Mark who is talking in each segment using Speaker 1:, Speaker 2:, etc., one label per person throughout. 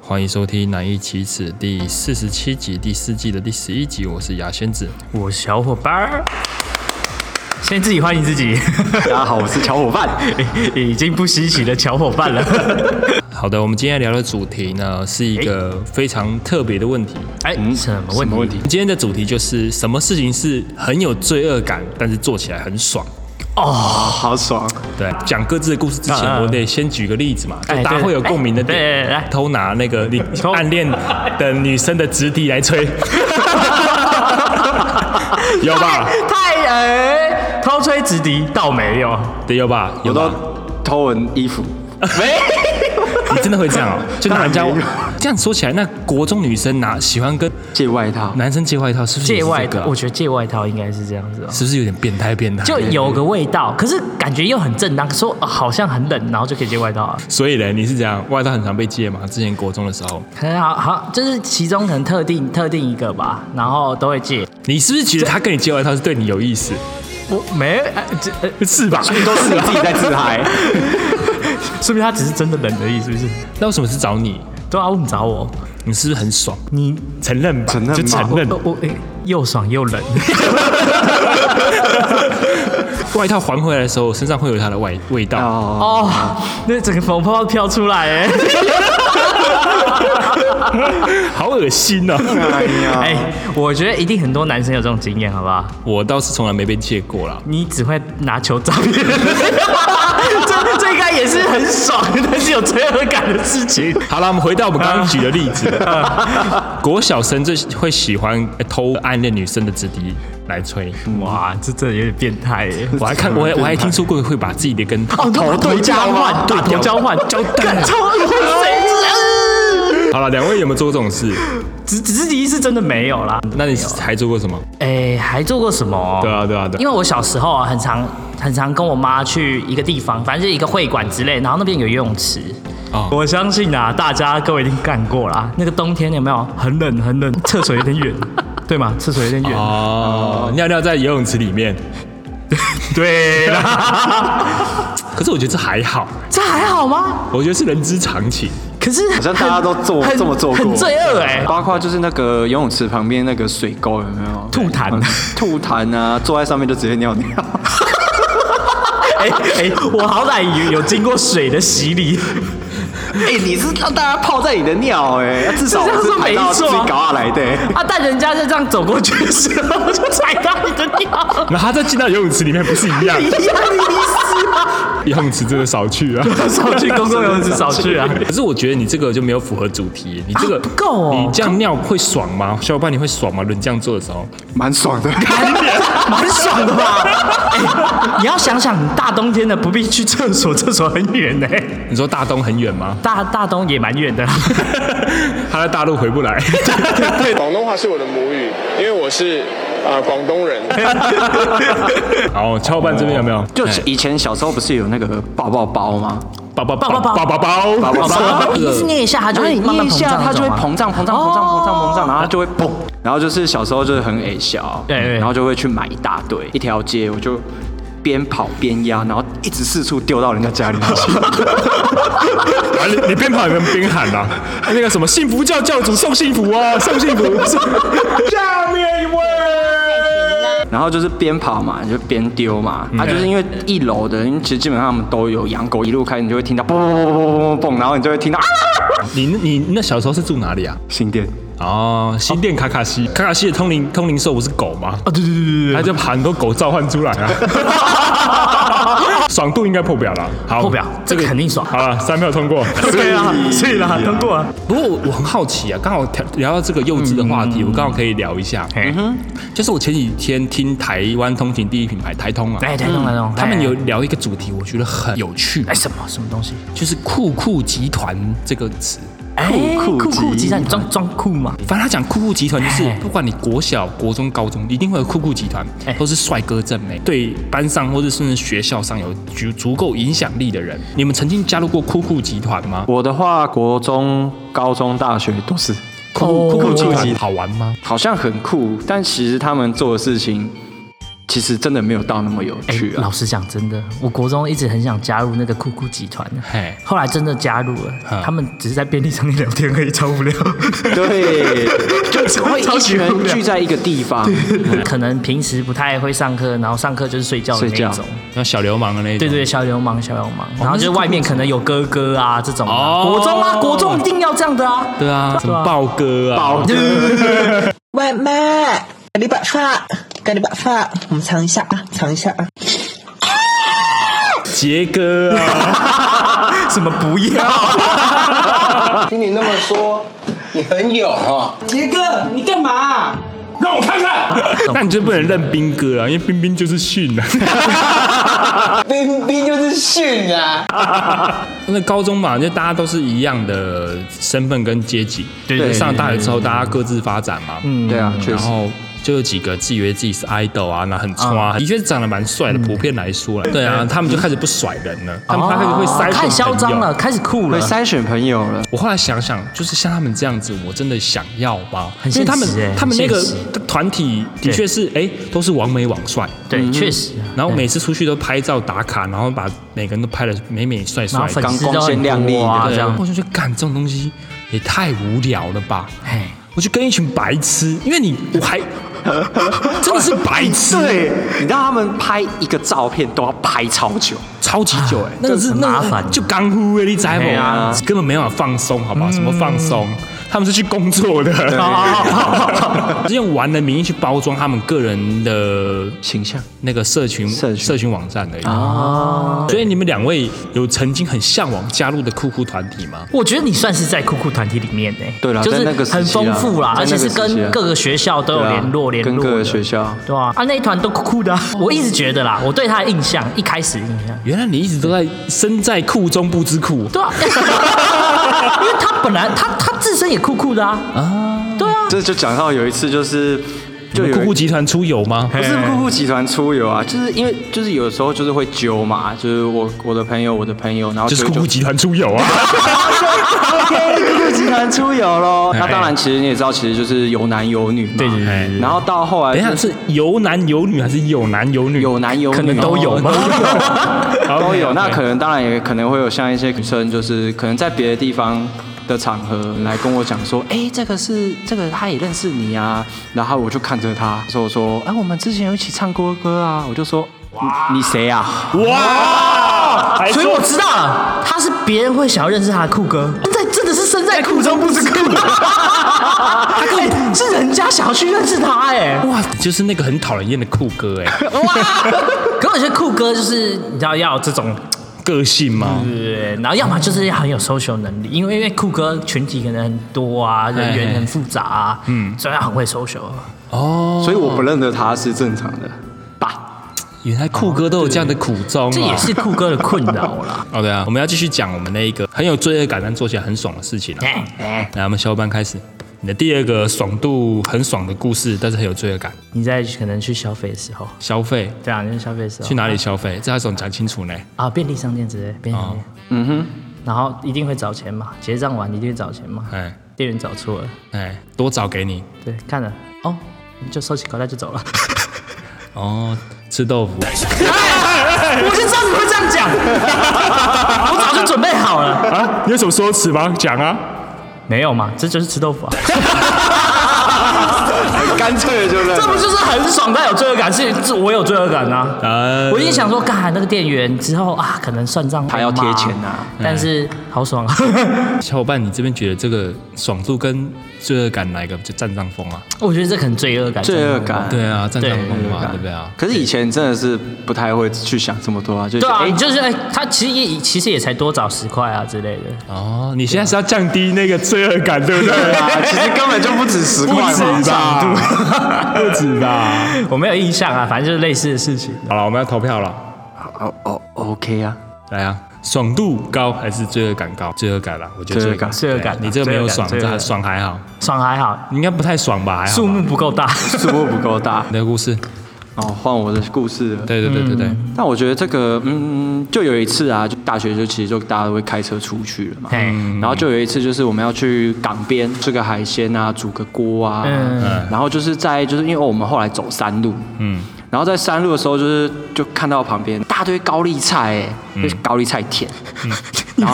Speaker 1: 欢迎收听《难易启齿》第四十七集，第四季的第十一集。我是牙仙子，
Speaker 2: 我小伙伴儿，先自己欢迎自己，
Speaker 3: 大家好，我是小伙伴。
Speaker 2: 已经不稀奇的小伙 伴了。
Speaker 1: 好的，我们今天聊的主题呢是一个非常特别的问题。
Speaker 2: 哎，什么问
Speaker 3: 什
Speaker 2: 题？
Speaker 3: 么问题？
Speaker 1: 今天的主题就是什么事情是很有罪恶感，但是做起来很爽。
Speaker 3: 好爽！
Speaker 1: 对，讲各自的故事之前，
Speaker 2: 嗯嗯
Speaker 1: 我得先举个例子嘛，就
Speaker 2: 哎
Speaker 1: 大家
Speaker 2: 对
Speaker 1: 会有共鸣的
Speaker 2: 哎对对
Speaker 1: 点。
Speaker 2: 对来
Speaker 1: 偷拿那个你
Speaker 2: 偷
Speaker 1: 暗恋的女生的直笛来 吹，有吧？
Speaker 2: 太哎，偷吹直笛倒哦没有，
Speaker 1: 对，有吧？有
Speaker 3: 我都
Speaker 1: 吧？
Speaker 3: 偷人衣服，
Speaker 1: 你真的会这 样哦、就拿人家
Speaker 3: 当然没有
Speaker 1: 这样说起来，那国中女生拿喜欢跟
Speaker 3: 借外套。
Speaker 1: 男生借外套，是不是也
Speaker 2: 借
Speaker 1: 是
Speaker 2: 外
Speaker 1: 这个啊
Speaker 2: 套，我觉得借外套应该是这样子哦。
Speaker 1: 是不是有点变态变态？
Speaker 2: 就有个味道，可是感觉又很正当，说、哦好像很冷，然后就可以借外套啊。
Speaker 1: 所以呢，你是这样，外套很常被借嘛？之前国中的时候，
Speaker 2: 可能好好就是其中可能特定特定一个吧，然后都会借。
Speaker 1: 你是不是觉得他跟你借外套是对你有意思？
Speaker 2: 我没，哎这、呃
Speaker 1: 是吧？
Speaker 3: 都是你自己在自嗨，
Speaker 2: 说明他只是真的冷而已，是不是？
Speaker 1: 那为什么是找你？
Speaker 2: 对啊，为什么找我？
Speaker 1: 你是不是很爽？
Speaker 2: 你
Speaker 1: 承认吧，
Speaker 3: 承认吧
Speaker 1: 就承认。
Speaker 2: 我我、哎又爽又冷，
Speaker 1: 外套还回来的时候，身上会有它的味味道。
Speaker 3: 哦，
Speaker 2: 哦，那整个粉泡泡飘出来哎！
Speaker 1: 好恶心哦！
Speaker 3: 哎呀，
Speaker 2: 哎、我觉得一定很多男生有这种经验，好不好？
Speaker 1: 我倒是从来没被借过啦。
Speaker 2: 你只会拿球找别人，这这应该也是很爽，但是有罪恶感的事情。
Speaker 1: 好了，我们回到我们刚刚举的例 子，国小生最会喜欢呃偷暗恋女生的纸笛来吹。
Speaker 2: 哇，这真的有点变态耶！
Speaker 1: 我还看，我还我还听说过会把自己的跟
Speaker 2: 哦，头
Speaker 3: 对
Speaker 2: 交
Speaker 3: 焦吗
Speaker 2: 换，对头交换，交换，超恶心谁知道
Speaker 1: 好了，两位有没有做过这种事？
Speaker 2: 直直笛是真的没有啦。
Speaker 1: 那你还做过什么？
Speaker 2: 哎，还做过什么哦？
Speaker 1: 对啊，对啊，对
Speaker 2: 因
Speaker 1: 啊。
Speaker 2: 为我小时候啊，很常很常跟我妈去一个地方，反正就是一个会馆之类，然后那边有游泳池。
Speaker 1: 哦
Speaker 2: 我相信啊，大家各位一定干过啦。那个冬天有没有很冷很冷，厕所有点 远，对吗？厕所有点远，
Speaker 1: 哦，尿尿在游泳池里面。
Speaker 2: 对 啦，
Speaker 1: 可是我觉得这还好，
Speaker 2: 这还好吗？
Speaker 1: 我觉得是人之常情。
Speaker 2: 可是好
Speaker 3: 好像大家都做这么做过
Speaker 2: 很罪恶 哎、
Speaker 3: 包括就是那个游泳池旁边那个水沟有没有
Speaker 2: 吐痰
Speaker 3: 嗯吐痰啊，坐在上面就直 接尿尿。
Speaker 2: 哎哎，我好歹有有经过水的洗 礼，
Speaker 3: 哎，你是让大家泡在你的尿哎，至少
Speaker 2: 这样
Speaker 3: 我是
Speaker 2: 是没
Speaker 3: 排到自
Speaker 2: 错啊
Speaker 3: 己搞下来 的欸。
Speaker 2: 啊，但人家就这样走过去的时候，我就踩到你的尿，
Speaker 1: 然后他再进到游泳池里面，不是一样？
Speaker 2: 一样的意思啊！
Speaker 1: 游泳池真的少去啊。
Speaker 2: 少去公共游泳池，少去啊！
Speaker 1: 可是我觉得你这个就没有符合主题，你这个、
Speaker 2: 啊不够哦
Speaker 1: 你这样尿会爽吗？小伙伴，你会爽吗？轮这样做的时候，
Speaker 3: 蛮爽的，
Speaker 2: 蛮爽的 吧？哎，你要想想，大冬天的不必去厕所，厕所很远呢、
Speaker 1: 你说大东很远吗？
Speaker 2: 大大东也蛮远 的啦。
Speaker 1: 他在大陆回不来。
Speaker 4: 广东话是我的母语，因为我是啊、呃广东人。
Speaker 1: 好，小伙哦伴这边有没有？
Speaker 3: 就是以前小时候不是有那个抱抱包吗？
Speaker 1: 包包包
Speaker 2: 抱抱
Speaker 1: 包包包包
Speaker 3: 抱抱
Speaker 2: 一直捏一下，它就
Speaker 3: 然
Speaker 2: 会
Speaker 3: 后你
Speaker 2: 慢慢
Speaker 3: 捏一哎下，它就会
Speaker 2: 胀
Speaker 3: 膨胀、膨哦胀、膨胀、膨胀、膨胀，然后它就会砰。然后就是小时候就是很矮小，
Speaker 2: 对对
Speaker 3: 然后就会去买一大堆，一条街我就边跑边压，然后一直四处丢到人家家里面 去。
Speaker 1: 啊，你你边跑有没有边喊 啊？那个什么幸福教教主送幸福啊，送幸福！下面一位，
Speaker 3: 然后就是边跑嘛，你就边丢嘛。
Speaker 2: 嗯
Speaker 3: 啊，就是因为一楼的，因为其实基本上他们都有养狗，一路开你就会听到砰砰砰砰砰砰砰，然后你就会听到啊，
Speaker 1: 你你那小时候是住哪里啊？
Speaker 3: 新店。
Speaker 1: 哦，新店卡卡西，卡卡西的通灵通灵兽不是狗吗？
Speaker 2: 啊，对对对对
Speaker 1: 他
Speaker 2: 对，
Speaker 1: 就把很多狗召唤出来 啊，爽度应该破表了，好
Speaker 2: 破表这个肯定爽
Speaker 1: 好了，三票通 过。
Speaker 2: 对啊，所以啦，通过啊。
Speaker 1: 不过我我很好奇啊，刚好聊聊到这个幼稚的话
Speaker 2: 嗯
Speaker 1: 题，我刚好可以聊一下。嗯
Speaker 2: 哎，
Speaker 1: 就是我前几天听台湾通勤第一品牌台通啊，
Speaker 2: 来台东台东，
Speaker 1: 他们有聊一个主题，我觉得很有趣
Speaker 2: 哎，什么什么东西？
Speaker 1: 就是“酷酷集团”这个词。
Speaker 2: 哎
Speaker 3: 酷
Speaker 2: 酷酷
Speaker 3: 极
Speaker 2: 鸡蛋装装酷嘛？
Speaker 1: 反正他讲酷酷集团，就是
Speaker 2: 哎
Speaker 1: 不管你国小、国中、高中，一定会有酷酷集团
Speaker 2: 哎，
Speaker 1: 都是帅哥正妹，对班上或者甚至学校上有足足够影响力的人。你们曾经加入过酷酷集团吗？
Speaker 3: 我的话，国中、高中、大学都是
Speaker 2: 哦
Speaker 1: 酷酷酷集
Speaker 3: 集
Speaker 1: 团
Speaker 3: 团
Speaker 1: 好玩吗？
Speaker 3: 好像很酷，但其实他们做的事情其实真的没有到那么有
Speaker 2: 哎
Speaker 3: 趣啊
Speaker 2: 老。实讲，真的，我国中一直很想加入那个酷酷集团
Speaker 1: 嘿，
Speaker 2: 后来真的加入了，他们只是在便利商店聊天而已，超无聊。
Speaker 1: 哎
Speaker 3: 对， 就会一群人聚在一个地方，
Speaker 2: 可能平时不太会上课，然后上课就是睡觉的那一
Speaker 3: 睡
Speaker 2: 种
Speaker 3: 觉。嗯哦
Speaker 1: 像小流氓的那种。
Speaker 2: 对对，小流氓，小流氓，然后就是外面可能有哥哥啊这种啊，
Speaker 1: 哦
Speaker 2: 国中啊，国中一定要这样的啊。
Speaker 1: 对啊，什么豹哥啊，
Speaker 3: 宝哥
Speaker 5: 外卖，咖喱把饭，咖喱把饭，我们尝一下啊，尝一下啊。
Speaker 1: 杰哥啊，
Speaker 2: 什么不要？
Speaker 6: 听你那么说，你很勇哦。
Speaker 5: 杰哥，你干嘛、
Speaker 1: 让我看看。那你就不能认兵哥啊，因为冰冰就是训啊。
Speaker 6: 冰冰就是训啊。
Speaker 1: 那高中嘛，就大家都是一样的身份跟阶级。对
Speaker 3: 对对
Speaker 1: 上大学之后，大家各自发展嘛。嗯，
Speaker 3: 对啊，确
Speaker 1: 然
Speaker 3: 实。
Speaker 1: 后就有几个自以为自己是 idol 啊，那很冲啊，的确是长得蛮帅的。普遍来说
Speaker 2: 嗯
Speaker 1: 了，对啊，他们就开始不甩人了，他们开始会筛选
Speaker 2: 太嗯啊嚣
Speaker 1: 朋
Speaker 2: 张
Speaker 1: 友
Speaker 2: 了，。哦开始酷
Speaker 3: 会
Speaker 2: 了。
Speaker 3: 筛选朋友了，
Speaker 1: 我后来想想，就是像他们这样子，我真的想要吗？
Speaker 2: 很
Speaker 1: 因为
Speaker 2: 现
Speaker 1: 他
Speaker 2: 实
Speaker 1: 们
Speaker 2: 欸
Speaker 1: 他们那个
Speaker 2: 很现
Speaker 1: 团体的确是哎，都是王美网帅。
Speaker 3: 嗯
Speaker 2: 对，确实。
Speaker 1: 然后每次出去都拍照打卡，然后把每个人都拍的美美帅
Speaker 2: 然
Speaker 1: 帅
Speaker 2: 后
Speaker 1: 的。
Speaker 2: 粉丝都
Speaker 3: 光
Speaker 2: 很
Speaker 3: 鲜亮丽
Speaker 2: 多啊，
Speaker 3: 对
Speaker 2: 这样。
Speaker 1: 我就觉得干这种东西也太无聊了吧！
Speaker 2: 嘿，
Speaker 1: 我就跟一群白痴，因为你我 还真的是白痴，，
Speaker 3: 对，你知道他们拍一个照片都要拍超久，
Speaker 1: 超级久哎、那个是
Speaker 2: 很
Speaker 1: 那
Speaker 2: 麻
Speaker 1: 个
Speaker 2: 烦
Speaker 1: 就刚忽略你知道
Speaker 2: 嘿啊
Speaker 1: 吗？根本没办法放松，好不好？什么放松？他们是去工作的，
Speaker 2: 啊
Speaker 1: 是用玩的名义去包装他们个人的
Speaker 3: 形象。
Speaker 1: 那个社群
Speaker 3: 社群
Speaker 1: 社群网站而已。哦，所以你们两位有曾经很向往加入的酷酷团体吗？
Speaker 2: 我觉得你算是在酷酷团体里面呢、
Speaker 3: 对啦
Speaker 2: 就是
Speaker 3: 在那个时期啊
Speaker 2: 很丰富啦，
Speaker 3: 在
Speaker 2: 而
Speaker 3: 那
Speaker 2: 且
Speaker 3: 个
Speaker 2: 是
Speaker 3: 时期啊
Speaker 2: 跟各个学校都有
Speaker 3: 对啊
Speaker 2: 联络联络
Speaker 3: 跟
Speaker 2: 的，
Speaker 3: 各个学校
Speaker 2: 对啊，啊那一团都酷酷的啊、我一直觉得啦，我对他的印象一开始的印象，
Speaker 1: 原来你一直都在身在酷中不知酷，
Speaker 2: 对啊， 因为他本来他他自身也酷酷的啊，对啊，
Speaker 3: 这就讲到有一次就是。就有
Speaker 1: 酷
Speaker 3: 一
Speaker 1: 酷集团出游吗？
Speaker 3: 不是酷酷集团出游啊，就是因为就是有时候就是会揪嘛，就是我我的朋友我的朋友，然后
Speaker 1: 就是
Speaker 3: 揪
Speaker 1: 酷酷集团出游啊，
Speaker 3: 酷酷集团出游喽。
Speaker 1: 哎
Speaker 3: 那当然，其实你也知道，其实就是有男有女嘛。
Speaker 2: 对对对
Speaker 1: 哎
Speaker 3: 然后到后来
Speaker 1: 等一
Speaker 3: 就
Speaker 1: 下
Speaker 3: 是
Speaker 1: 是有男有女还是有男有女？
Speaker 3: 有男有女，哦
Speaker 2: 可能都有吗？
Speaker 1: 好
Speaker 3: 都有。那
Speaker 1: OK，OK
Speaker 3: 可能当然也可能会有像一些女生，就是可能在别的地方的场合来跟我讲说，哎，这个是这个他也认识你啊。然后我就看着他，说我说，哎，我们之前有一起唱过歌啊。我就说，你你谁啊？
Speaker 1: 哇，还
Speaker 2: 所以
Speaker 1: 说
Speaker 2: 我知道了，他是别人会想要认识他的酷哥，在真的是身在酷中不知酷， 哎是人家想要去认识他哎、
Speaker 1: 哇，就是那个很讨人厌的酷哥 哎，
Speaker 2: 可我觉得酷哥就是你知道要有这种
Speaker 1: 个性吗？
Speaker 2: 对，然后要么就是要很有 social 能力，因为因为酷哥群体可能很多啊，人员很复杂啊，嗯，所以要很会 social。
Speaker 3: 所以我不认得他是正常的吧？
Speaker 1: 原来酷哥都有这样的苦衷啊，
Speaker 2: 这也是酷哥的困扰 啦。
Speaker 1: 好的啊。我们要继续讲我们那一个很有罪恶感但做起来很爽的事情啊。
Speaker 2: 哎哎，
Speaker 1: 来，我们小伙伴开始。你的第二个爽度很爽的故事，但是很有罪恶感。
Speaker 2: 你在可能去消费的时候，
Speaker 1: 消费
Speaker 2: 对啊，你在消费的时候
Speaker 1: 去哪里消费？这还总讲清楚呢。
Speaker 2: 啊？便利商店之类，便利商店，嗯哼，然后一定会找钱嘛，结账完一定会找钱嘛，
Speaker 1: 哎
Speaker 2: 店员找错了，
Speaker 1: 哎，多找给你
Speaker 2: 对，看了哦，就收起口袋就走了。
Speaker 1: 哦，吃豆腐。
Speaker 2: 我就知道你会这样 讲，我早就准备好了。
Speaker 1: 啊，你有什么说辞吗？讲啊！
Speaker 2: 没有嘛，这就是吃豆腐啊。
Speaker 3: 干脆就 认
Speaker 2: 这不就是很爽但有罪恶感？是是我有罪恶感啊！
Speaker 1: 呃
Speaker 2: 我一想说，干那个店员之后啊，可能算账
Speaker 3: 他要
Speaker 2: 会骂
Speaker 3: 贴钱啊，
Speaker 2: 但是好爽啊！
Speaker 1: 小伙伴，你这边觉得这个爽度跟罪恶感哪一个就占上风啊？
Speaker 2: 我觉得这很罪恶感，
Speaker 3: 罪恶感。
Speaker 1: 对啊，占上风
Speaker 2: 对
Speaker 1: 嘛，对不对啊？
Speaker 3: 可是以前真的是不太会去想这么多啊，就
Speaker 2: 对
Speaker 3: 觉得
Speaker 2: 啊，
Speaker 3: 哎
Speaker 2: 你就是哎，他其实也其实也才多找十块啊之类的，
Speaker 1: 哦，你现在是要降低那个罪恶感，对不对？
Speaker 3: 对啊，其实根本就不止十 块
Speaker 1: 不
Speaker 3: 嘛。
Speaker 1: 止吧？ 不止吧？
Speaker 2: 我没有印象啊，反正就是类似的事情。
Speaker 1: 好了，我们要投票了，
Speaker 3: 哦哦，OK 啊，
Speaker 1: 来啊！爽度高还是罪恶感高？罪恶感啦，我觉得罪恶感。啊
Speaker 2: 罪恶感啊
Speaker 1: 对你这个没有爽，
Speaker 2: 罪恶感罪恶
Speaker 1: 这
Speaker 2: 感
Speaker 1: 爽还好，
Speaker 2: 爽还好，
Speaker 1: 你应该不太爽吧？还好
Speaker 2: 数
Speaker 1: 吧。
Speaker 2: 目不够 大，
Speaker 3: 数目不够大
Speaker 1: 你。的故事，
Speaker 3: 哦，换我的故事了。
Speaker 1: 对对对对对，
Speaker 3: 那我觉得这个，嗯，就有一次啊，就大学就其实就大家都会开车出去了嘛。
Speaker 2: 嘿，
Speaker 3: 然后就有一次，就是我们要去港边吃个海鲜啊，煮个锅啊，
Speaker 2: 嗯
Speaker 3: 然后就是在就是因为我们后来走山路，嗯，然后在山路的时候，就是就看到旁边大堆高丽菜，哎，就是高丽菜田，
Speaker 2: 你们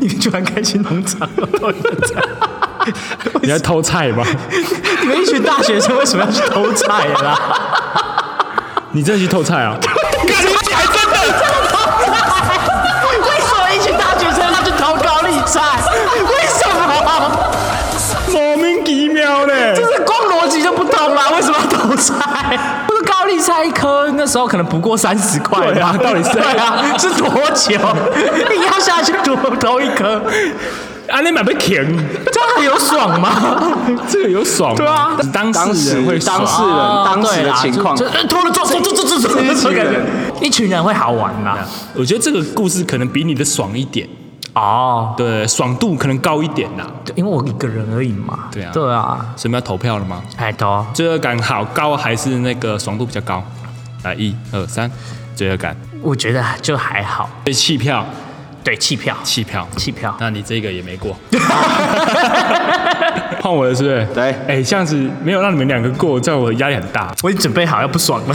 Speaker 2: 你们居然开心农场， 到底在
Speaker 1: 你在偷菜吧？
Speaker 2: 你们一群大学生为什么要去偷菜啊 啦？
Speaker 1: 你真的去偷菜啊？
Speaker 2: 为什么一群大学生要去偷高利债？为什么？
Speaker 1: 莫名其妙嘞！
Speaker 2: 这光逻辑就不通啦，为什么要偷菜？不是高利菜一颗那时候可能不过三十块
Speaker 1: 对
Speaker 2: 吗
Speaker 1: 啊？到底是
Speaker 2: 对啊，是多 久？你要下去多偷一颗，
Speaker 1: 啊，你买不甜，
Speaker 2: 这样很有爽 吗？
Speaker 1: 这个有爽吗？
Speaker 2: 对啊
Speaker 1: 当
Speaker 3: 当
Speaker 1: 事
Speaker 3: 时
Speaker 1: 人会爽啊
Speaker 3: 当事人
Speaker 2: 哦
Speaker 3: 当时
Speaker 2: 对
Speaker 3: 的
Speaker 2: 啦
Speaker 3: 情
Speaker 2: 就
Speaker 3: 况
Speaker 2: 就，呃偷了做做做做做做
Speaker 3: 这一
Speaker 2: 这
Speaker 3: 群
Speaker 2: 种感
Speaker 3: 人
Speaker 2: 觉，一群人会好玩啦。
Speaker 1: 我觉得这个故事可能比你的爽一点，
Speaker 2: 哦，
Speaker 1: 对，爽度可能高一点啦。
Speaker 2: 对因为我一个人而已嘛。
Speaker 1: 对啊
Speaker 2: 对啊，
Speaker 1: 所以我们要投票了吗？
Speaker 2: 哎，都
Speaker 1: 罪恶感好高还是那个爽度比较高？来，一二三，罪恶感，
Speaker 2: 我觉得就还好。
Speaker 1: 所以弃票，
Speaker 2: 对，弃票，
Speaker 1: 弃票，
Speaker 2: 弃票。
Speaker 1: 那你这个也没 过，换我了是不是？
Speaker 3: 对
Speaker 1: 哎、这样子没有让你们两个过，这样我压力很大。
Speaker 2: 我已经准备好要不爽 了。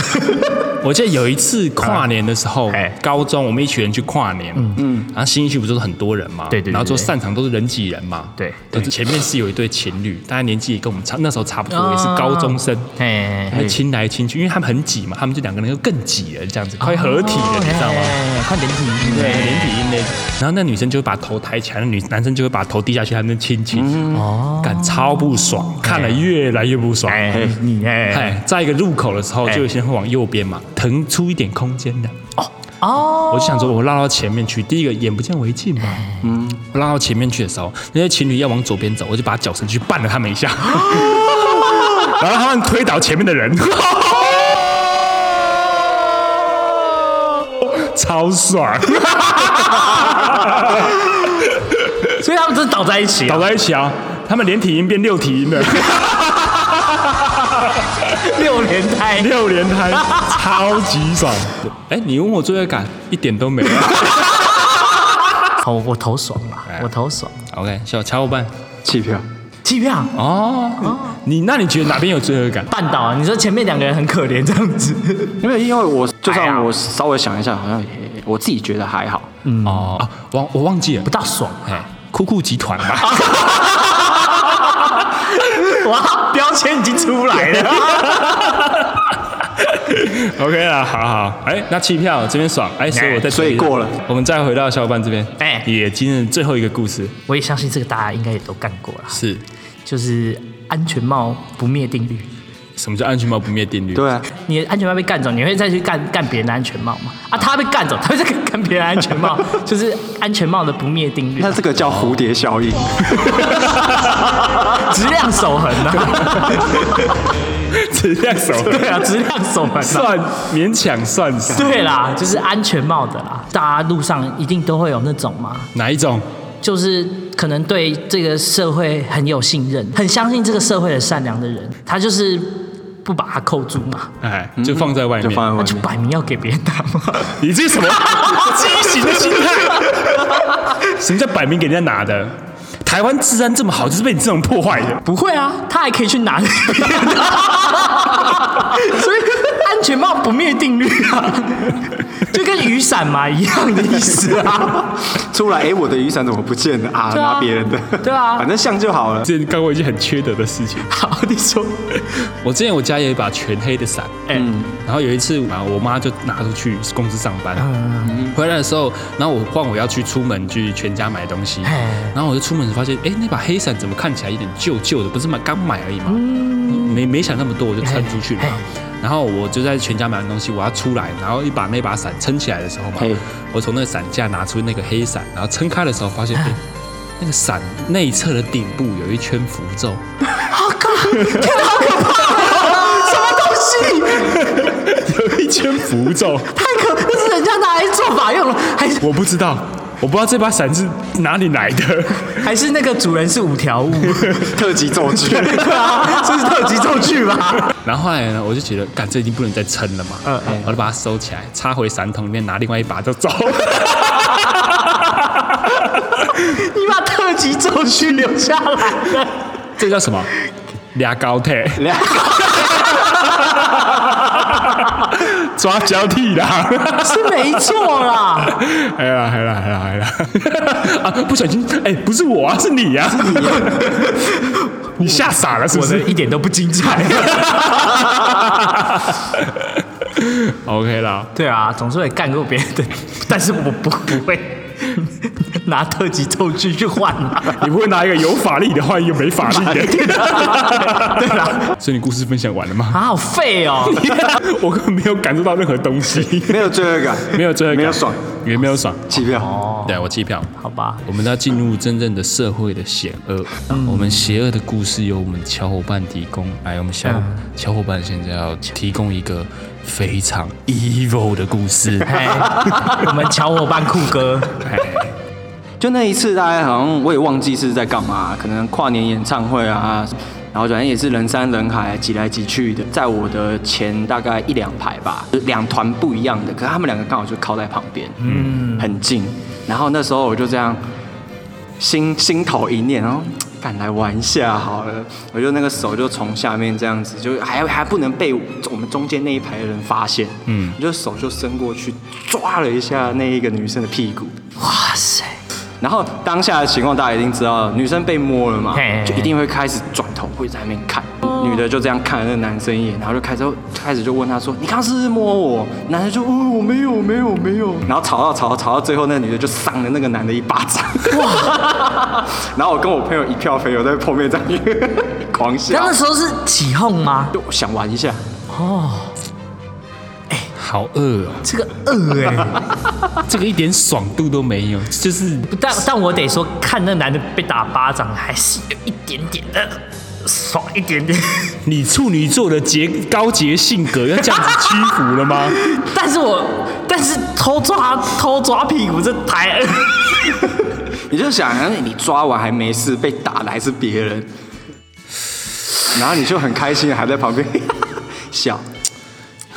Speaker 1: 我记得有一次跨年的时候，
Speaker 2: 啊哎
Speaker 1: 高中我们一群人去跨年，嗯，然后新一区不就是很多人嘛，
Speaker 2: 对对对
Speaker 1: 然后就
Speaker 2: 对
Speaker 1: 散场都是人挤人嘛，
Speaker 2: 对
Speaker 1: 但是前面是有一对情侣，大概年纪也跟我们差，那时候差不
Speaker 2: 哦
Speaker 1: 多，也是高中生，
Speaker 2: 哎，
Speaker 1: 还亲来亲去，因为他们很挤嘛，他们就两个人就更挤了，这样子
Speaker 2: 哦
Speaker 1: 快合体了，你知道吗？
Speaker 2: 哎？快点停！
Speaker 1: 对，连体婴那种然后那女生就会把头抬起来，那女男生就会把头低下去，他们就亲亲，
Speaker 2: 嗯
Speaker 1: 哦，感超不爽，
Speaker 2: 哦
Speaker 1: 看了越来越不爽。
Speaker 2: 哎，你哎，
Speaker 1: 哎，在一个入口的时候，
Speaker 2: 哎
Speaker 1: 就有些人会往右边嘛，腾出一点空间的。
Speaker 2: 哦，
Speaker 1: 我就想说，我绕到前面去，第一个眼不见为净嘛。嗯，我绕到前面去的时候，那些情侣要往左边走，我就把脚伸出去绊了他们一 下，然后他们推倒前面的 人，超爽，
Speaker 2: 所以他们真的倒在一起啊
Speaker 1: 倒，在一起啊！他们连体音变六体音 了，
Speaker 2: 六连拍。
Speaker 1: 六连 拍，超级爽。哎，你问我罪恶感一点都没有。
Speaker 2: 好，我投爽了
Speaker 1: 哎，
Speaker 2: 我投爽。
Speaker 1: OK，小小伙伴，
Speaker 3: 弃票。
Speaker 2: 弃票，
Speaker 1: 哦，你那你觉得哪边有罪恶感？
Speaker 2: 绊倒啊！你说前面两个人很可怜这样子，
Speaker 3: 因为因为我就
Speaker 2: 哎呀
Speaker 3: 算我稍微想一下，好像也我自己觉得还好。
Speaker 1: 哦，啊忘我忘记了
Speaker 2: 不，到爽。
Speaker 1: 哎，酷酷集团吧，
Speaker 2: 哇，标签已经出来了。
Speaker 1: OK 啦，好好，哎，那弃票这边爽，哎，所以我再
Speaker 3: 所
Speaker 1: 推一
Speaker 3: 以
Speaker 1: 下
Speaker 3: 过了，
Speaker 1: 我们再回到小伙伴这边，
Speaker 2: 哎
Speaker 1: 也今天的最后一个故事
Speaker 2: 我也相信这个大家应该也都干过啦，
Speaker 1: 是
Speaker 2: 就是安全帽不灭定律。
Speaker 1: 什么叫安全帽不灭定律？
Speaker 3: 对啊，
Speaker 2: 你的安全帽被干走，你会再去干干别人的安全帽吗？啊，他被干走，他会再干别人的安全 帽，就是安全帽的不灭定律
Speaker 3: 那，这个叫蝴蝶效应。
Speaker 2: 质量守恒啊，
Speaker 1: 质量手
Speaker 2: 对啊，质量守恒 啊。
Speaker 1: 算勉强算是
Speaker 2: 对啦，就是安全帽的啦，大家路上一定都会有那种嘛，
Speaker 1: 哪一种？
Speaker 2: 就是可能对这个社会很有信任，很相信这个社会的善良的人，他就是不把它扣住嘛，
Speaker 1: 哎，就放在外
Speaker 3: 就放
Speaker 1: 面，
Speaker 2: 那
Speaker 3: 在外
Speaker 2: 就
Speaker 3: 面。
Speaker 2: 摆明要给别人打嘛。
Speaker 1: 你这是什么畸形的心态？什么叫摆明给人家拿的？台湾治安这么好，就是被你这种破坏的。
Speaker 2: 不会啊，他还可以去拿别人 的，所以安全帽不灭定律啊，就跟雨伞嘛一样的意思啊。
Speaker 3: 出来，哎，我的雨伞怎么不见了啊？
Speaker 2: 对啊
Speaker 3: 拿别人的。
Speaker 2: 对啊
Speaker 3: 反正像 就好了。
Speaker 1: 这干过一件很缺德的事情。
Speaker 2: 好，你说，
Speaker 1: 我之前我家也有一把全黑的伞，
Speaker 2: 嗯，
Speaker 1: 然后有一次啊，我妈就拿出去公司上班，
Speaker 2: 嗯
Speaker 1: 回来的时候，然后我换我要去出门去全家买东西，然后我就出门时发现，哎，那把黑伞怎么看起来有点旧旧的？不是买刚买而已嘛，没没想那么多，我就撑出去了嘛。然后我就在全家买完东西，我要出来，然后一把那把伞撑起来的时候
Speaker 3: 嘿
Speaker 1: 嘛，我从那个伞架拿出那个黑伞，然后撑开的时候发现，哎，那个伞内侧的顶部有一圈符咒。
Speaker 2: 什么东西？
Speaker 1: 有一圈符咒，
Speaker 2: 太可，那是人家拿来做法用了，还是
Speaker 1: 我不知道，我不知道这把伞是哪里来的。
Speaker 2: 还是那个主人是五条悟，
Speaker 3: 特级奏 剧，
Speaker 2: 对 啊，这是特级咒剧吧？
Speaker 1: 然后后来呢，我就觉得，干这已经不能再撑了嘛，我就把它收起来，插回伞桶里面，拿另外一把就走。
Speaker 2: 你把特级咒剧留下来了，
Speaker 1: 这叫什么？俩高铁，
Speaker 3: 两
Speaker 1: 抓交替啦。
Speaker 2: 是没错啦，
Speaker 1: 哎呀，哎呀，哎呀，哎呀！啊，不小心，哎、不是我啊，是你啊，是你、你吓傻了是不
Speaker 2: 我的
Speaker 1: 是
Speaker 2: 一点都不精彩。
Speaker 1: ？OK 啦，
Speaker 2: 对啊，总是会干过别人的，但是我不不会拿特级咒具去换啊。
Speaker 1: 你不会拿一个有法力的换一个没法 力的？
Speaker 2: 对啦，
Speaker 1: 所以你故事分享完了吗？
Speaker 2: 啊，好废哦。
Speaker 1: 我根本没有感受到任何东西，
Speaker 3: 没有罪恶感，
Speaker 1: 没有罪恶感，
Speaker 3: 没有爽，啊
Speaker 1: 也没有爽。
Speaker 3: 机票。
Speaker 1: 对，我弃票。
Speaker 2: 好吧，
Speaker 1: 我们要进入真正的社会的险恶。啊我们邪恶的故事由我们小伙伴提供。来，我们小、小伙伴现在要提供一个非常 evil 的故 事。
Speaker 2: 哎， 我们小伙伴酷哥，
Speaker 3: 就那一次，大家好像我也忘记是在干嘛，可能跨年演唱会啊，然后反正也是人山人海，挤来挤去的，在我的前大概一两排吧，就两团不一样的，可是他们两个刚好就靠在旁边，嗯，很近。然后那时候我就这样，心心头一念，然后。敢来玩一下好了，我就那个手就从下面这样子，就还还不能被我们中间那一排的人发现，嗯，我就手就伸过去抓了一下那一个女生的屁股，
Speaker 2: 哇塞，
Speaker 3: 然后当下的情况大家一定知道了，女生被摸了嘛
Speaker 2: 嘿，
Speaker 3: 就一定会开始转头会在那边看，女的就这样看了那个男生一眼，然后就开始开始就问他说：“你刚刚是不是摸我？”男生就：“哦，我没有，没有，没有。”然后吵到吵到吵到最后，那女的就赏了那个男的一巴掌，哇！然后我跟我朋友一票朋友在后面在那边 狂
Speaker 2: 那
Speaker 3: 笑
Speaker 2: 那，时候是起哄吗？
Speaker 3: 就想玩一下，
Speaker 1: 好恶哦、
Speaker 2: 这个恶哎、
Speaker 1: 这个一点爽度都没有，就是
Speaker 2: 但但我得说，看那男的被打巴掌，还是有一点点的爽，一点点。
Speaker 1: 你处女座的洁高洁性格要这样子屈服了 吗？
Speaker 2: 但是我但是偷抓偷抓屁股这太恶，
Speaker 3: 你就想，哎你抓完还没事，被打的还是别人，然后你就很开心，还在旁边 笑。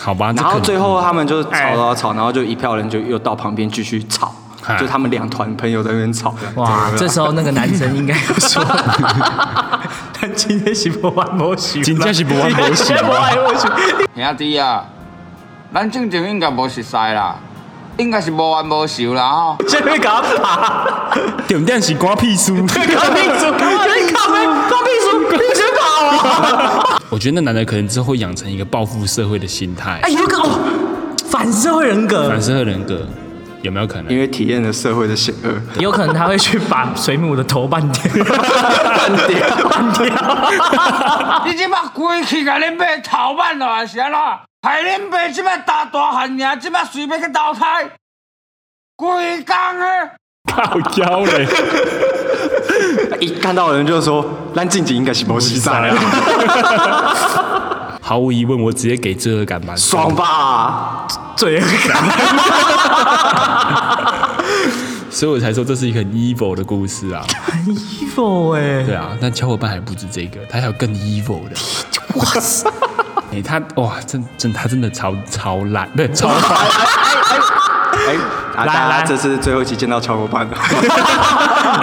Speaker 1: 好吧，这
Speaker 3: 然后
Speaker 1: 可能
Speaker 3: 最后他们就吵啊
Speaker 2: 哎
Speaker 3: 吵吵，然后就一票人就又到旁边继续吵
Speaker 1: 哎，
Speaker 3: 就他们两团朋友在那边吵。
Speaker 2: 哇！这时候那个男生应该要说， 他今天是不玩魔术，啊
Speaker 1: 真正是不玩魔术
Speaker 2: 今天不玩魔术。
Speaker 7: 兄弟啊，咱正经应该无熟识啦，应该是无冤无仇啦吼。
Speaker 2: 这边给他爬，
Speaker 1: 点亮起瓜屁 书。
Speaker 2: 搞屁股，有搞屁，搞屁股，屁股跑啊！
Speaker 1: 我觉得那男的可能之后会养成一个报复社会的心态
Speaker 2: 哎，，有个哦，反社会人格
Speaker 1: 反，社会人格有没有可能
Speaker 3: 因？为体验了社会的险恶，
Speaker 2: 有可能他会去把水母的头半掉， 半掉，半掉。
Speaker 7: 啊你即摆规气甲恁爸头挽落啊来是安怎？害恁爸即摆大大汉尔，即摆随便去投胎，规工啊！
Speaker 1: 靠腰嘞，
Speaker 3: 一看到人就说：“蓝静静应该是 摩西赛啊，
Speaker 1: 毫无疑问，我直接给罪恶感满分
Speaker 3: 爽吧
Speaker 2: 罪恶感。
Speaker 1: 所以我才说这是一个很 evil 的故事啊。
Speaker 2: evil 哎、
Speaker 1: 对啊，但小伙伴还不止这个，他还有更 evil 的。
Speaker 2: 哇塞！
Speaker 1: 哎、他哇，真真他真的超超烂，不是超烂。！”
Speaker 3: 哎，啊
Speaker 2: 来
Speaker 3: 大
Speaker 2: 来
Speaker 3: 家这是最后一期见到小伙伴了，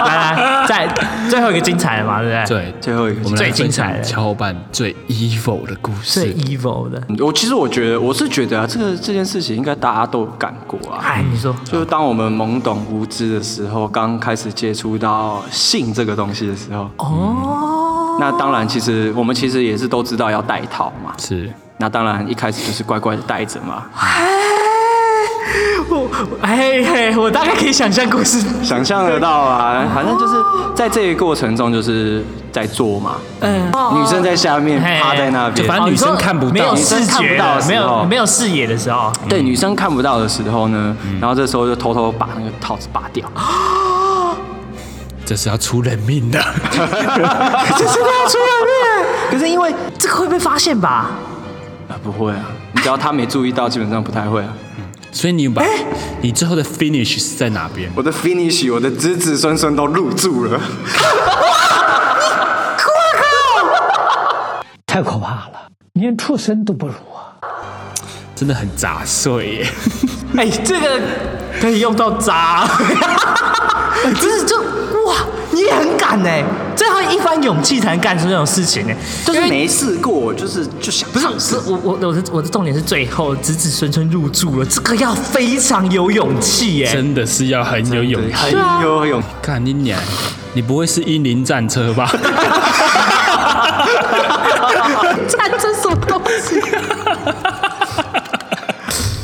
Speaker 2: 来来，再最后一个精彩的嘛，对不对？
Speaker 1: 对，
Speaker 3: 最后一
Speaker 1: 我们
Speaker 3: 个。
Speaker 1: 来
Speaker 2: 最精
Speaker 1: 分
Speaker 2: 彩
Speaker 1: 享
Speaker 2: 的
Speaker 1: 小伙伴最 evil 的故
Speaker 2: 最
Speaker 1: 事。
Speaker 2: evil 的，
Speaker 3: 嗯我其实我觉得，我是觉得啊，这个这件事情应该大家都有干过啊。
Speaker 2: 哎，你说
Speaker 3: 就是当我们懵懂无知的时候，刚开始接触到性这个东西的时候，嗯
Speaker 2: 哦，
Speaker 3: 那当然，其实我们其实也是都知道要戴套嘛。
Speaker 1: 是
Speaker 3: 那当然一开始就是乖乖的戴着嘛。
Speaker 2: 哎我哎嘿，我大概可以想象故事，
Speaker 3: 想象得到 啊，反正就是在这个过程中就是在做嘛，
Speaker 2: 嗯，
Speaker 3: 女生在下面
Speaker 2: 嘿
Speaker 3: 趴在那
Speaker 1: 就
Speaker 3: 边，
Speaker 1: 反正
Speaker 2: 哦
Speaker 1: 女生
Speaker 2: 你说
Speaker 1: 看不到
Speaker 2: 没有
Speaker 1: 女
Speaker 3: 生
Speaker 2: 视觉
Speaker 3: 看
Speaker 2: 的
Speaker 3: 不到的时候
Speaker 2: 没有没有视野的时候，
Speaker 3: 对女生看不到的时候呢，
Speaker 2: 嗯
Speaker 3: 然后这时候就偷偷把那个套子拔掉，
Speaker 1: 这是要出人命 的。
Speaker 2: 这是他出来面，
Speaker 3: 可是因为
Speaker 2: 这个会被发现吧？
Speaker 3: 啊不会啊，你只要他没注意到，基本上不太会啊。
Speaker 1: 所以你
Speaker 2: 哎
Speaker 1: 把、你最后的 finish 是在哪边？
Speaker 3: 我的 finish，我的子子孙孙都入住了，
Speaker 8: 太可怕了，连畜生都不如啊！
Speaker 1: 真的很杂碎耶。
Speaker 2: 哎 哎，这个可以用到渣，真是就哇，你你也很敢哎、这要一番勇气才能干出这种事情哎、
Speaker 3: 就是
Speaker 2: 因为
Speaker 3: 没试过，就是就想
Speaker 2: 不是不
Speaker 3: 尝试
Speaker 2: 是我我我的我的重点是最后子子孙孙入住了，这个要非常有勇气哎、
Speaker 1: 真的是要很有勇
Speaker 3: 对
Speaker 1: 气。
Speaker 3: 很有勇，
Speaker 1: 看你娘，你不会是英灵战车吧？
Speaker 2: 战争什么东西？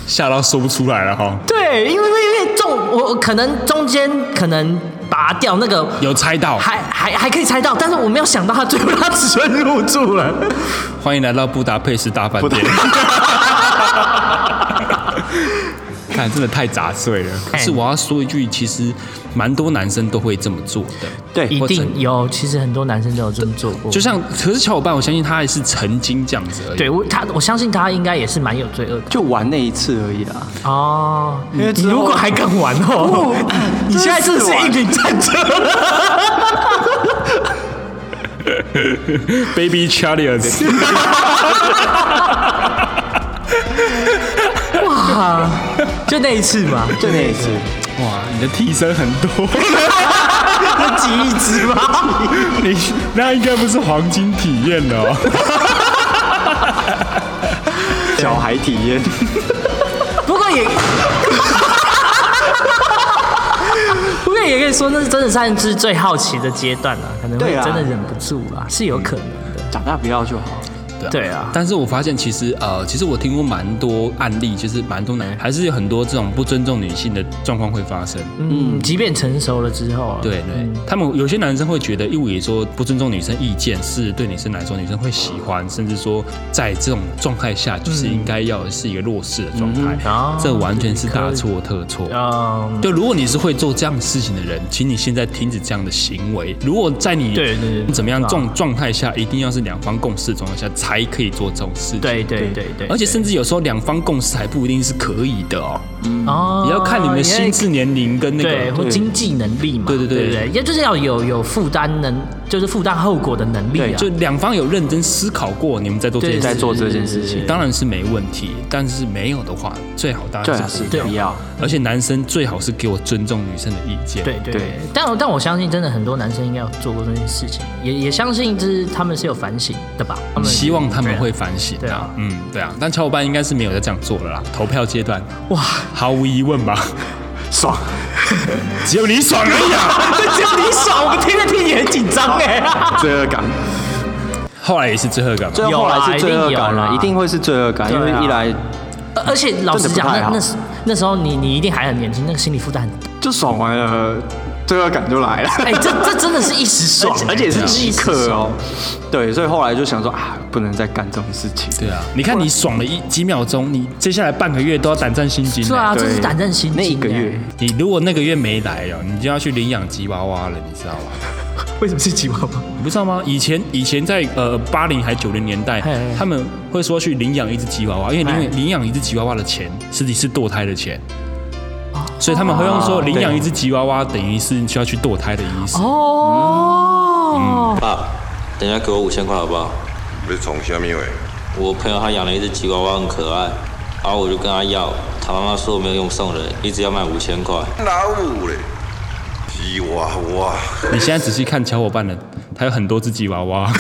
Speaker 1: 吓到说不出来了哈。
Speaker 2: 对，因为因为因为中我我可能中间可能拔掉那个
Speaker 1: 有猜到，
Speaker 2: 还还还可以猜到，但是我没有想到他最后他只算入住了。
Speaker 1: 欢迎来到布达佩斯大饭店。 看，真的太杂碎了。可是我要说一句，其实蛮多男生都会这么做的。
Speaker 3: 对
Speaker 2: 一
Speaker 1: 或者
Speaker 2: 定有，其实很多男生都有这么做过。
Speaker 1: 就像，可是小伙伴，我相信他还是曾经这样子而已。
Speaker 2: 对我他，我相信他应该也是蛮有罪恶感
Speaker 3: 就玩那一次而已啊啦。
Speaker 2: 哦。
Speaker 3: 因为
Speaker 2: 你
Speaker 3: 之后
Speaker 2: 如果还敢玩哦， 你现在真的是
Speaker 3: 真是
Speaker 2: 一名战车。
Speaker 1: ，Baby Chariots，
Speaker 2: 哇，就那一次嘛，
Speaker 3: 就那一次，
Speaker 1: 哇，你的替身很多，
Speaker 2: 那几亿只嘛。
Speaker 1: 你那应该不是黄金体验了哦。
Speaker 3: 小孩体验，
Speaker 2: 不过也，不过也可以说，那是真的算是最好奇的阶段了、可能会
Speaker 3: 对啊
Speaker 2: 真的忍不住啦，是有可能的。
Speaker 3: 长大不要就好。
Speaker 2: 对啊
Speaker 1: 但是我发现其实呃，其实我听过蛮多案例，就是蛮多男还是有很多这种不尊重女性的状况会发生。
Speaker 2: 嗯，即便成熟了之后啊，
Speaker 1: 对对，他们有些男生会觉得，一五也说不尊重女生意见是对女生来说，女生会喜
Speaker 2: 嗯
Speaker 1: 欢，甚至说在这种状态下，就是应该要是一个弱势的状态
Speaker 2: 哦，
Speaker 1: 这完全是大错特错。
Speaker 2: 嗯，
Speaker 1: 就如果你是会做这样的事情的人，请你现在停止这样的行为。如果在你
Speaker 2: 对对对
Speaker 1: 怎么样
Speaker 2: 对啊
Speaker 1: 这种状态下，一定要是两方共识的状态下才可以做这种事情。
Speaker 2: 对对对对，
Speaker 1: 而且甚至有时候两方共识还不一定是可以的哦，
Speaker 2: 哦，
Speaker 1: 也要看你们的心智年龄跟那个啊
Speaker 2: 对，或经济能力嘛，
Speaker 1: 对对对
Speaker 2: 对对，也就是要有有负担能，就是负担后果的能力啊，
Speaker 1: 就两方有认真思考过，你们在做这
Speaker 2: 对
Speaker 1: 件事
Speaker 3: 在做这件事
Speaker 1: 情，
Speaker 3: 情
Speaker 1: 当然是没问题。但是没有的话，最好当
Speaker 3: 对
Speaker 1: 然
Speaker 3: 啊，
Speaker 1: 是
Speaker 3: 是
Speaker 2: 对啊
Speaker 3: 不要。
Speaker 1: 而且男生最好是给我尊重女生的意见。
Speaker 2: 对对
Speaker 3: 对
Speaker 2: 对，但我但我相信，真的很多男生应该有做过这件事情，也也相信就是他们是有反省的吧？他们
Speaker 1: 希望他们会反省
Speaker 2: 对
Speaker 1: 啊
Speaker 2: 啊，
Speaker 1: 嗯，对啊，但小伙伴应该是没有在这样做了啦。投票阶段，哇，毫无疑问吧，
Speaker 3: 爽，
Speaker 1: 只有你爽而已啊。
Speaker 2: 只 有你爽，我们听着听也很 紧张 哎。
Speaker 3: 罪恶感。
Speaker 1: 后来也是最后一个嘛，
Speaker 3: 最后后来是罪恶感
Speaker 2: 有啦一定有
Speaker 3: 了，
Speaker 2: 啦
Speaker 3: 一定会是罪恶感，
Speaker 2: 对
Speaker 3: 因
Speaker 2: 啊
Speaker 3: 为一来
Speaker 2: 而而且老实讲，
Speaker 3: 真的不太
Speaker 2: 那
Speaker 3: 好
Speaker 2: 那时那时候你你一定还很年轻，那个心理负担很大。
Speaker 3: 就爽完了，罪恶感就来了。
Speaker 2: 哎，这这真的是一时爽，欸
Speaker 3: 而且是
Speaker 2: 真的
Speaker 3: 即
Speaker 2: 一时
Speaker 3: 刻
Speaker 2: 爽
Speaker 3: 哦，对，所以后来就想说啊，不能再干这种事情。
Speaker 1: 对啊，你看你爽了一几秒钟，你接下来半个月都要胆战心惊。
Speaker 2: 对啊，这是胆战心惊。
Speaker 3: 那一个月，，
Speaker 1: 你如果那个月没来哦，你就要去领养吉娃娃了，你知道吗？
Speaker 2: 为什么是吉娃娃？
Speaker 1: 你不知道吗？以前以前在呃八零还九零年代
Speaker 2: 嘿嘿，
Speaker 1: 他们会说去领养一只吉娃娃，因为领养领养一只吉娃娃的钱实际是堕胎的钱，所以他们会用说领养一只吉娃娃等于是你需要去堕胎的意思。
Speaker 2: 哦，
Speaker 9: 爸，啊等一下给我五千块好不好？
Speaker 10: 你从虾米话？
Speaker 9: 我朋友他养了一只吉娃娃，很可爱，然后我就跟他要，他妈妈说没有用送人，一直要卖五千块。
Speaker 10: 老母嘞，吉娃娃。
Speaker 1: 你现在仔细看小伙伴的，他有很多只吉娃娃，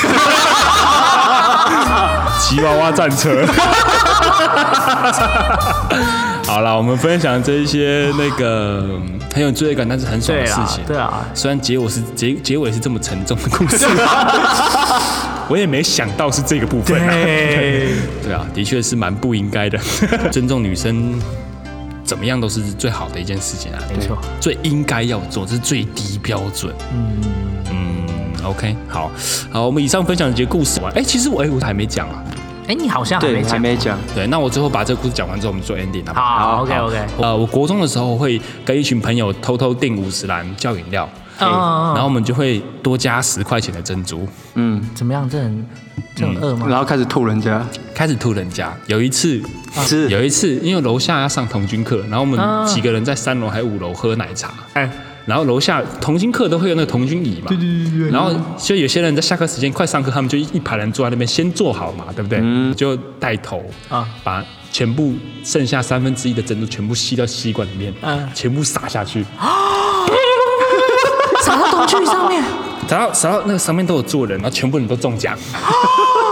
Speaker 1: 吉娃娃战车。 好了，我们分享这一些那个嗯很有罪恶感但是很爽的
Speaker 2: 对
Speaker 1: 事
Speaker 2: 啊
Speaker 1: 情。，
Speaker 2: 对 啊，
Speaker 1: 虽然结尾是结结尾是这么沉重的故 事，我也没想到是这个部分、啊。
Speaker 2: 对，
Speaker 1: 对啊，的确是蛮不应该 的。尊重女生，怎么样都是最好的一件事情啊，
Speaker 2: 没错。
Speaker 1: 最应该要做，这是最低标准。嗯嗯，OK，好好，我们以上分享的几个故事完。哎、其实我哎、我还没讲啊。
Speaker 2: 哎，你好像还
Speaker 3: 对，
Speaker 2: 没
Speaker 3: 还
Speaker 2: 讲。
Speaker 3: 没讲，
Speaker 1: 对，那我最后把这个故事讲完之后，我们做 ending 好不好？
Speaker 2: 好，OK OK。
Speaker 1: 呃，我国中的时候会跟一群朋友偷偷订五十兰叫饮料，
Speaker 2: 嗯嗯嗯
Speaker 1: 然后我们就会多加十块钱的珍珠，
Speaker 2: 怎么样？这很这
Speaker 3: 嗯
Speaker 2: 很饿吗？
Speaker 3: 然后开始吐人家，
Speaker 1: 开始吐人家。有一次，
Speaker 3: 是
Speaker 1: 有一次，因为楼下要上童军课，然后我
Speaker 2: 啊
Speaker 1: 们几个人在三楼还五楼喝奶茶，
Speaker 2: 哎，
Speaker 1: 然后楼下童军课都会有那个童军椅嘛，对对对然后就有些人在下课时间快上课，他们就一一排人坐在那边先坐好嘛，对不对？就带头嗯啊
Speaker 2: 啊，
Speaker 1: 把全部剩下三分之一的啊珍珠全部吸到吸管里面，
Speaker 2: 嗯
Speaker 1: 全部撒下去，
Speaker 2: 啥到道具上 面，
Speaker 1: 找到找到那个上面都有坐人，然后全部人都中奖。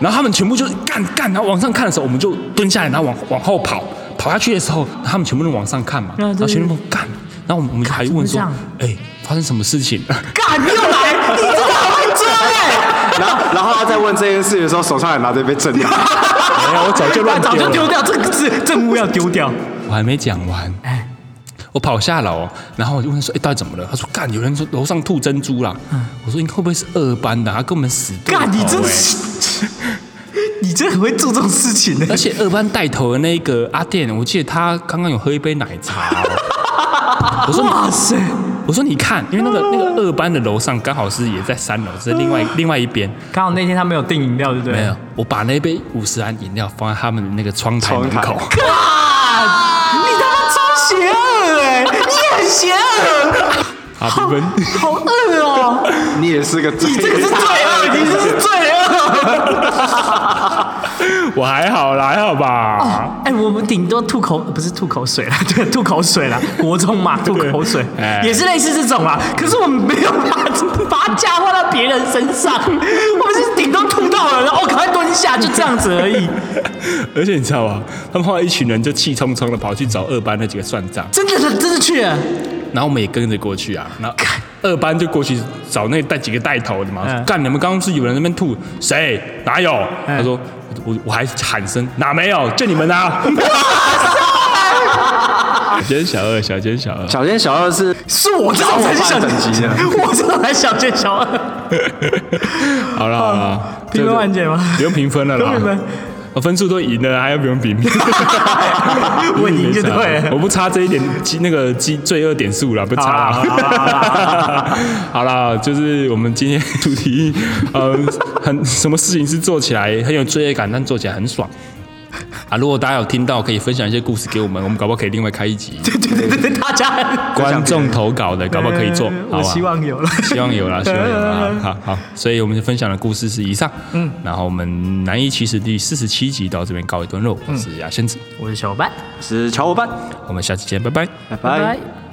Speaker 1: 然后他们全部就干干，然后往上看的时候，我们就蹲下来，然后往往后跑，跑下去的时候，他们全部都往上看嘛，
Speaker 2: 啊对
Speaker 1: 然后全部都干，然后我们我们就还问说
Speaker 2: 干怎么，
Speaker 1: 哎、发生什么事情 哎了？
Speaker 2: 干你又来，你真的好会追哎！
Speaker 3: 然后然后他在问这件事的时候，手上还拿着一杯正奶。
Speaker 1: 没有，我早就
Speaker 2: 那
Speaker 1: 乱
Speaker 2: 早
Speaker 1: 丢
Speaker 2: 就丢
Speaker 1: 了，
Speaker 2: 掉这个字，证物要丢掉。
Speaker 1: 我还没讲完
Speaker 2: 哎。
Speaker 1: 我跑下楼，然后我就问他说：“哎、到底怎么了？”他说：“干，有人说楼上吐珍珠啦。我说：“你会不会是二班的、啊？他跟我们死对头、
Speaker 2: 嗯干，你真
Speaker 1: 哎
Speaker 2: 是， 你真的很会做这种事情欸呢
Speaker 1: 而。且二班带头的那个阿店，我记得他刚刚有喝一杯奶茶哦、 我说
Speaker 2: 哇塞，哦
Speaker 1: 我说你看，因为那个那个二班的楼上刚好是也在三楼，是另外另外一边。
Speaker 2: 刚好那天他没有订饮料，对不对？
Speaker 1: 没有，我把那杯五十安饮料放在他们的那个窗台门口
Speaker 3: 窗，
Speaker 2: 啊！你他妈超邪恶哎！你也很邪恶，
Speaker 1: 啊，评分
Speaker 2: 好恶哦！
Speaker 3: 你也是个罪
Speaker 2: 你这个是罪恶，你这是罪恶。
Speaker 1: 我还好啦，还好吧。
Speaker 2: 哎，我们顶多吐口，不是吐口水啦， 对，吐口水 啦，国中嘛，吐口水
Speaker 1: 哎
Speaker 2: 也是类似这种啦。可是我们没有把把嫁祸到别人身上， 我们是顶多吐到了，然后哦赶快蹲下，就这样子 而已。
Speaker 1: 而且你知道吗？他们后来一群人就气冲冲的跑去找二班那几个算账，
Speaker 2: 真的，真的去了，
Speaker 1: 然后我们也跟着过去啊，然后二班就过去找那带几个带头的嘛，
Speaker 2: 嗯
Speaker 1: 干你们刚刚是有人在那边吐，谁哪有？
Speaker 2: 嗯
Speaker 1: 他说我我还喊声哪没有，就你们啊！小奸小恶，小奸小恶，
Speaker 3: 小奸小二是
Speaker 2: 是我这种才是小
Speaker 3: 我爸等级的
Speaker 2: 我这种才小奸小啊恶，
Speaker 1: 好了好了，
Speaker 2: 评分完结吗？
Speaker 1: 不用评分了
Speaker 2: 不用
Speaker 1: 啦
Speaker 2: 评分，
Speaker 1: 我分数都赢了，还要不用评？
Speaker 2: 我赢就对了
Speaker 1: 我不差这一点积那个积罪恶点数了，不差
Speaker 2: 好啦好啦好
Speaker 1: 啦。 好啦，就是我们今天主题，呃，很什么事情是做起来很有罪恶感，但做起来很爽。啊，如果大家有听到，可以分享一些故事给我们，我们搞不好可以另外开一集
Speaker 2: 对对对对，大家
Speaker 1: 观众投稿的，搞不好可以做，好
Speaker 2: 呃
Speaker 1: 吧？
Speaker 2: 我希望有了，
Speaker 1: 希望有啦， 希望有啦，好好，所以我们分享的故事是以上，嗯，然后我们南一其实第四十七集到这
Speaker 2: 嗯
Speaker 1: 边告一段落，我是牙仙子，
Speaker 2: 我是小伙伴，
Speaker 3: 是小伙伴，
Speaker 1: 我们下期见，拜拜。
Speaker 3: 拜拜。
Speaker 2: 拜